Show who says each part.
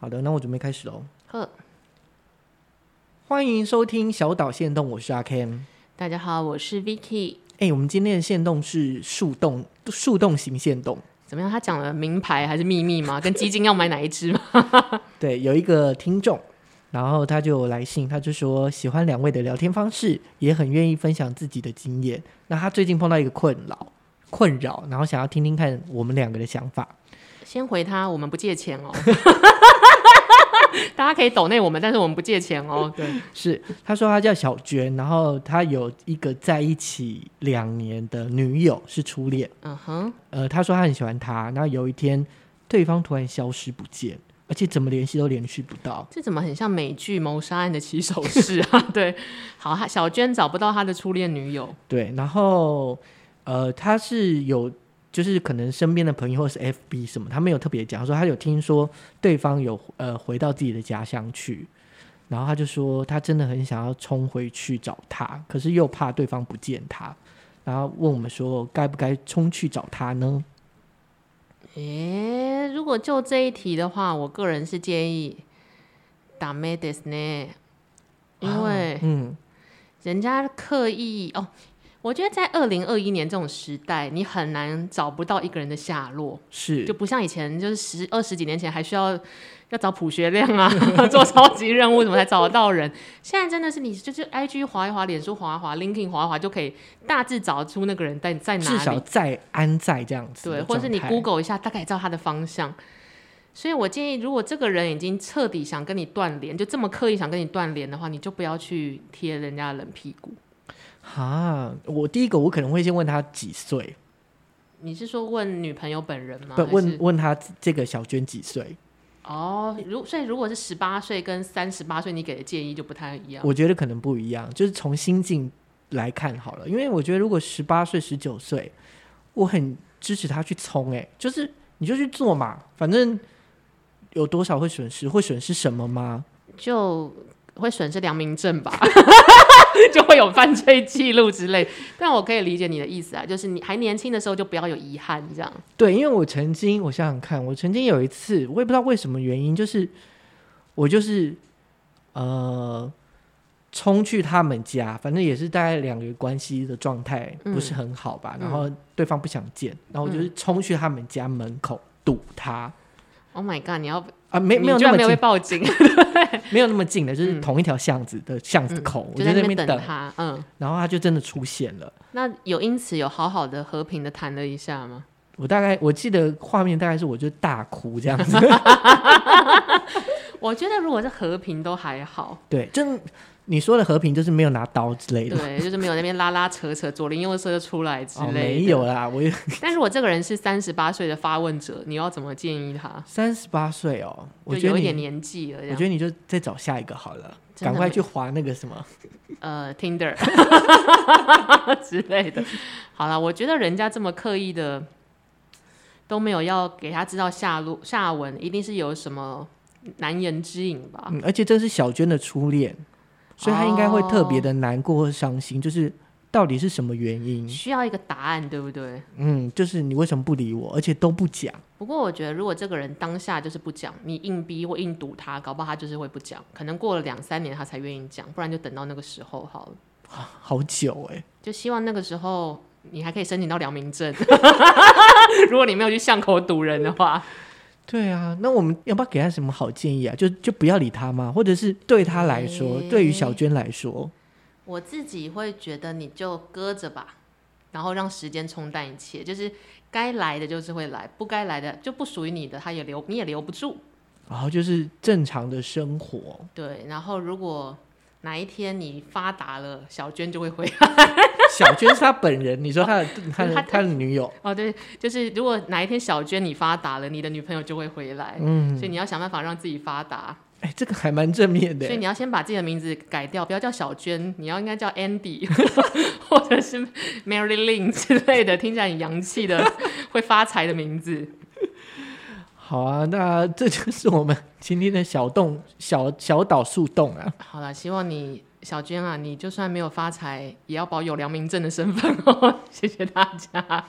Speaker 1: 好的，那我准备开始喽。
Speaker 2: 呵，
Speaker 1: 欢迎收听小岛限动，我是阿 Ken。
Speaker 2: 大家好，我是 Vicky。
Speaker 1: 哎、我们今天的限动是树洞，树洞型限动。
Speaker 2: 怎么样？他讲了名牌还是秘密吗？跟基金要买哪一支 吗？
Speaker 1: 对，有一个听众，然后他就有来信，他就说喜欢两位的聊天方式，也很愿意分享自己的经验。那他最近碰到一个困扰，困扰，然后想要听听看我们两个的想法。
Speaker 2: 先回他，我们不借钱哦。 大家可以抖内我们，但是我们不借钱哦。对，
Speaker 1: 是，他说他叫小娟，然后他有一个在一起两年的女友是初恋。
Speaker 2: 嗯哼，
Speaker 1: 呃，他说他很喜欢他，然后有一天对方突然消失不见，而且怎么联系都联系不到。
Speaker 2: 这怎么很像美剧谋杀案的起手式 啊？对，好，他小娟找不到她的初恋女友，
Speaker 1: 对，然后呃，他是有就是可能身边的朋友或是 FB 什么，他没有特别讲，他说他有听说对方有呃回到自己的家乡去，然后他就说他真的很想要冲回去找他，可是又怕对方不见他，然后问我们说该不该冲去找他呢？
Speaker 2: 诶，如果就这一题的话，我个人是建议打 m e d i s 呢，因为、
Speaker 1: 嗯，
Speaker 2: 人家刻意哦，我觉得在二零二一年这种时代，你很难找不到一个人的下落，
Speaker 1: 是
Speaker 2: 就不像以前，就是十二十几年前还需要要找普学亮啊， 做超级任务什么才找得到人。现在真的是你就是 I G 划一划，脸书划一划，LinkedIn 划一划就可以大致找出那个人在在
Speaker 1: 至
Speaker 2: 哪
Speaker 1: 少
Speaker 2: 里，
Speaker 1: 在安在这样子的
Speaker 2: 对，
Speaker 1: 状态，
Speaker 2: 或者是你 Google 一下，大概知道他的方向。所以我建议，如果这个人已经彻底想跟你断联，就这么刻意想跟你断联的话，你就不要去贴人家的冷屁股。
Speaker 1: 啊，我第一个我可能会先问他几岁，
Speaker 2: 你是说问女朋友本人吗？
Speaker 1: 不
Speaker 2: 还
Speaker 1: 问
Speaker 2: 是
Speaker 1: 问他这个小娟几岁，
Speaker 2: 哦，如所以如果是十八岁跟三十八岁，你给的建议就不太一样。
Speaker 1: 我觉得可能不一样，就是从心境来看好了，因为我觉得如果十八岁、十九岁，我很支持他去冲、欸，哎，就是你就去做嘛，反正有多少会损失，会损失什么吗？
Speaker 2: 就会损失良民证吧， 就会有犯罪记录之类。但我可以理解你的意思啊，就是你还年轻的时候就不要有遗憾这样。
Speaker 1: 对，因为我曾经，我想想看，我曾经有一次，我也不知道为什么原因，就是我就是呃冲去他们家，反正也是大概两个人关系的状态
Speaker 2: 嗯
Speaker 1: 不是很好吧，然后对方不想见，然后我就是冲去他们家门口堵他。
Speaker 2: Oh my god！你要
Speaker 1: 啊，没
Speaker 2: 你
Speaker 1: 没有
Speaker 2: 居
Speaker 1: 那
Speaker 2: 然
Speaker 1: 么
Speaker 2: 没有被
Speaker 1: 近，
Speaker 2: 报 警，
Speaker 1: 没有那么近的，就是同一条巷子的巷子口，我
Speaker 2: 嗯就
Speaker 1: 在
Speaker 2: 在
Speaker 1: 那
Speaker 2: 那
Speaker 1: 边
Speaker 2: 边等他。嗯，
Speaker 1: 然后他就真的出现了。
Speaker 2: 那有因此有好好的和平的谈了一下吗？
Speaker 1: 我大概我记得画面大概是我就大哭这样 子，
Speaker 2: 我觉得如果是和平都还好，
Speaker 1: 对，就是你说的和平，就是没有拿刀之类的，
Speaker 2: 对，就是没有那边拉拉扯扯，左邻右舍就出来之
Speaker 1: 哦，
Speaker 2: 类
Speaker 1: 没
Speaker 2: 的。
Speaker 1: 有啦，我
Speaker 2: 但如果这个人是三十八岁的发问者，你要怎么建议他？
Speaker 1: 三十八岁 哦，我
Speaker 2: 就
Speaker 1: 觉
Speaker 2: 有
Speaker 1: 得
Speaker 2: 一点
Speaker 1: 你，
Speaker 2: 年纪啊了，这
Speaker 1: 我
Speaker 2: 样
Speaker 1: 觉得你就再找下一个好了，
Speaker 2: 真的
Speaker 1: 赶快
Speaker 2: 没
Speaker 1: 去划那个什么，
Speaker 2: 呃，Tinder 之类的。好了，我觉得人家这么刻意的都没有要给他知道下落下文，一定是有什么难言之隐吧？
Speaker 1: 嗯，而且这是小娟的初恋，所以她应该会特别的难过或伤心，就是到底是什么原因？
Speaker 2: 需要一个答案，对不对？
Speaker 1: 嗯，就是你为什么不理我，而且都不讲。
Speaker 2: 不过我觉得，如果这个人当下就是不讲，你硬逼或硬堵他，搞不好他就是会不讲。可能过了两三年他才愿意讲，不然就等到那个时候好了。
Speaker 1: 好久哎、
Speaker 2: 就希望那个时候你还可以申请到良民证， 如果你没有去巷口堵人的话。
Speaker 1: 对啊，那我们要不要给他什么好建议啊？就就不要理他吗？或者是对他来说，
Speaker 2: 诶
Speaker 1: 对于小娟来说，
Speaker 2: 我自己会觉得你就搁着吧，然后让时间冲淡一切，就是该来的就是会来，不该来的就不属于你的，他也留你也留不住。
Speaker 1: 然后就是正常的生活，
Speaker 2: 对，然后如果哪一天你发达了，小娟就会回来。
Speaker 1: 小娟是他本人，你说他的他的
Speaker 2: 他
Speaker 1: 他的女友，
Speaker 2: 哦，对，就是如果哪一天小娟你发达了，你的女朋友就会回来。嗯，所以你要想办法让自己发达，
Speaker 1: 哎、这个还蛮正面的、
Speaker 2: 所以
Speaker 1: 欸。
Speaker 2: 你要先把自己的名字改掉，不要叫小娟，你要应该叫 Andy 或者是 Mary Lin 之类的，听起来很洋气的会发财的名字。
Speaker 1: 好啊，那这就是我们今天的小洞小小岛树洞啊。
Speaker 2: 好了，希望你小 娟啊，你就算没有发财，也要保有良民证的身份哦。谢谢大家。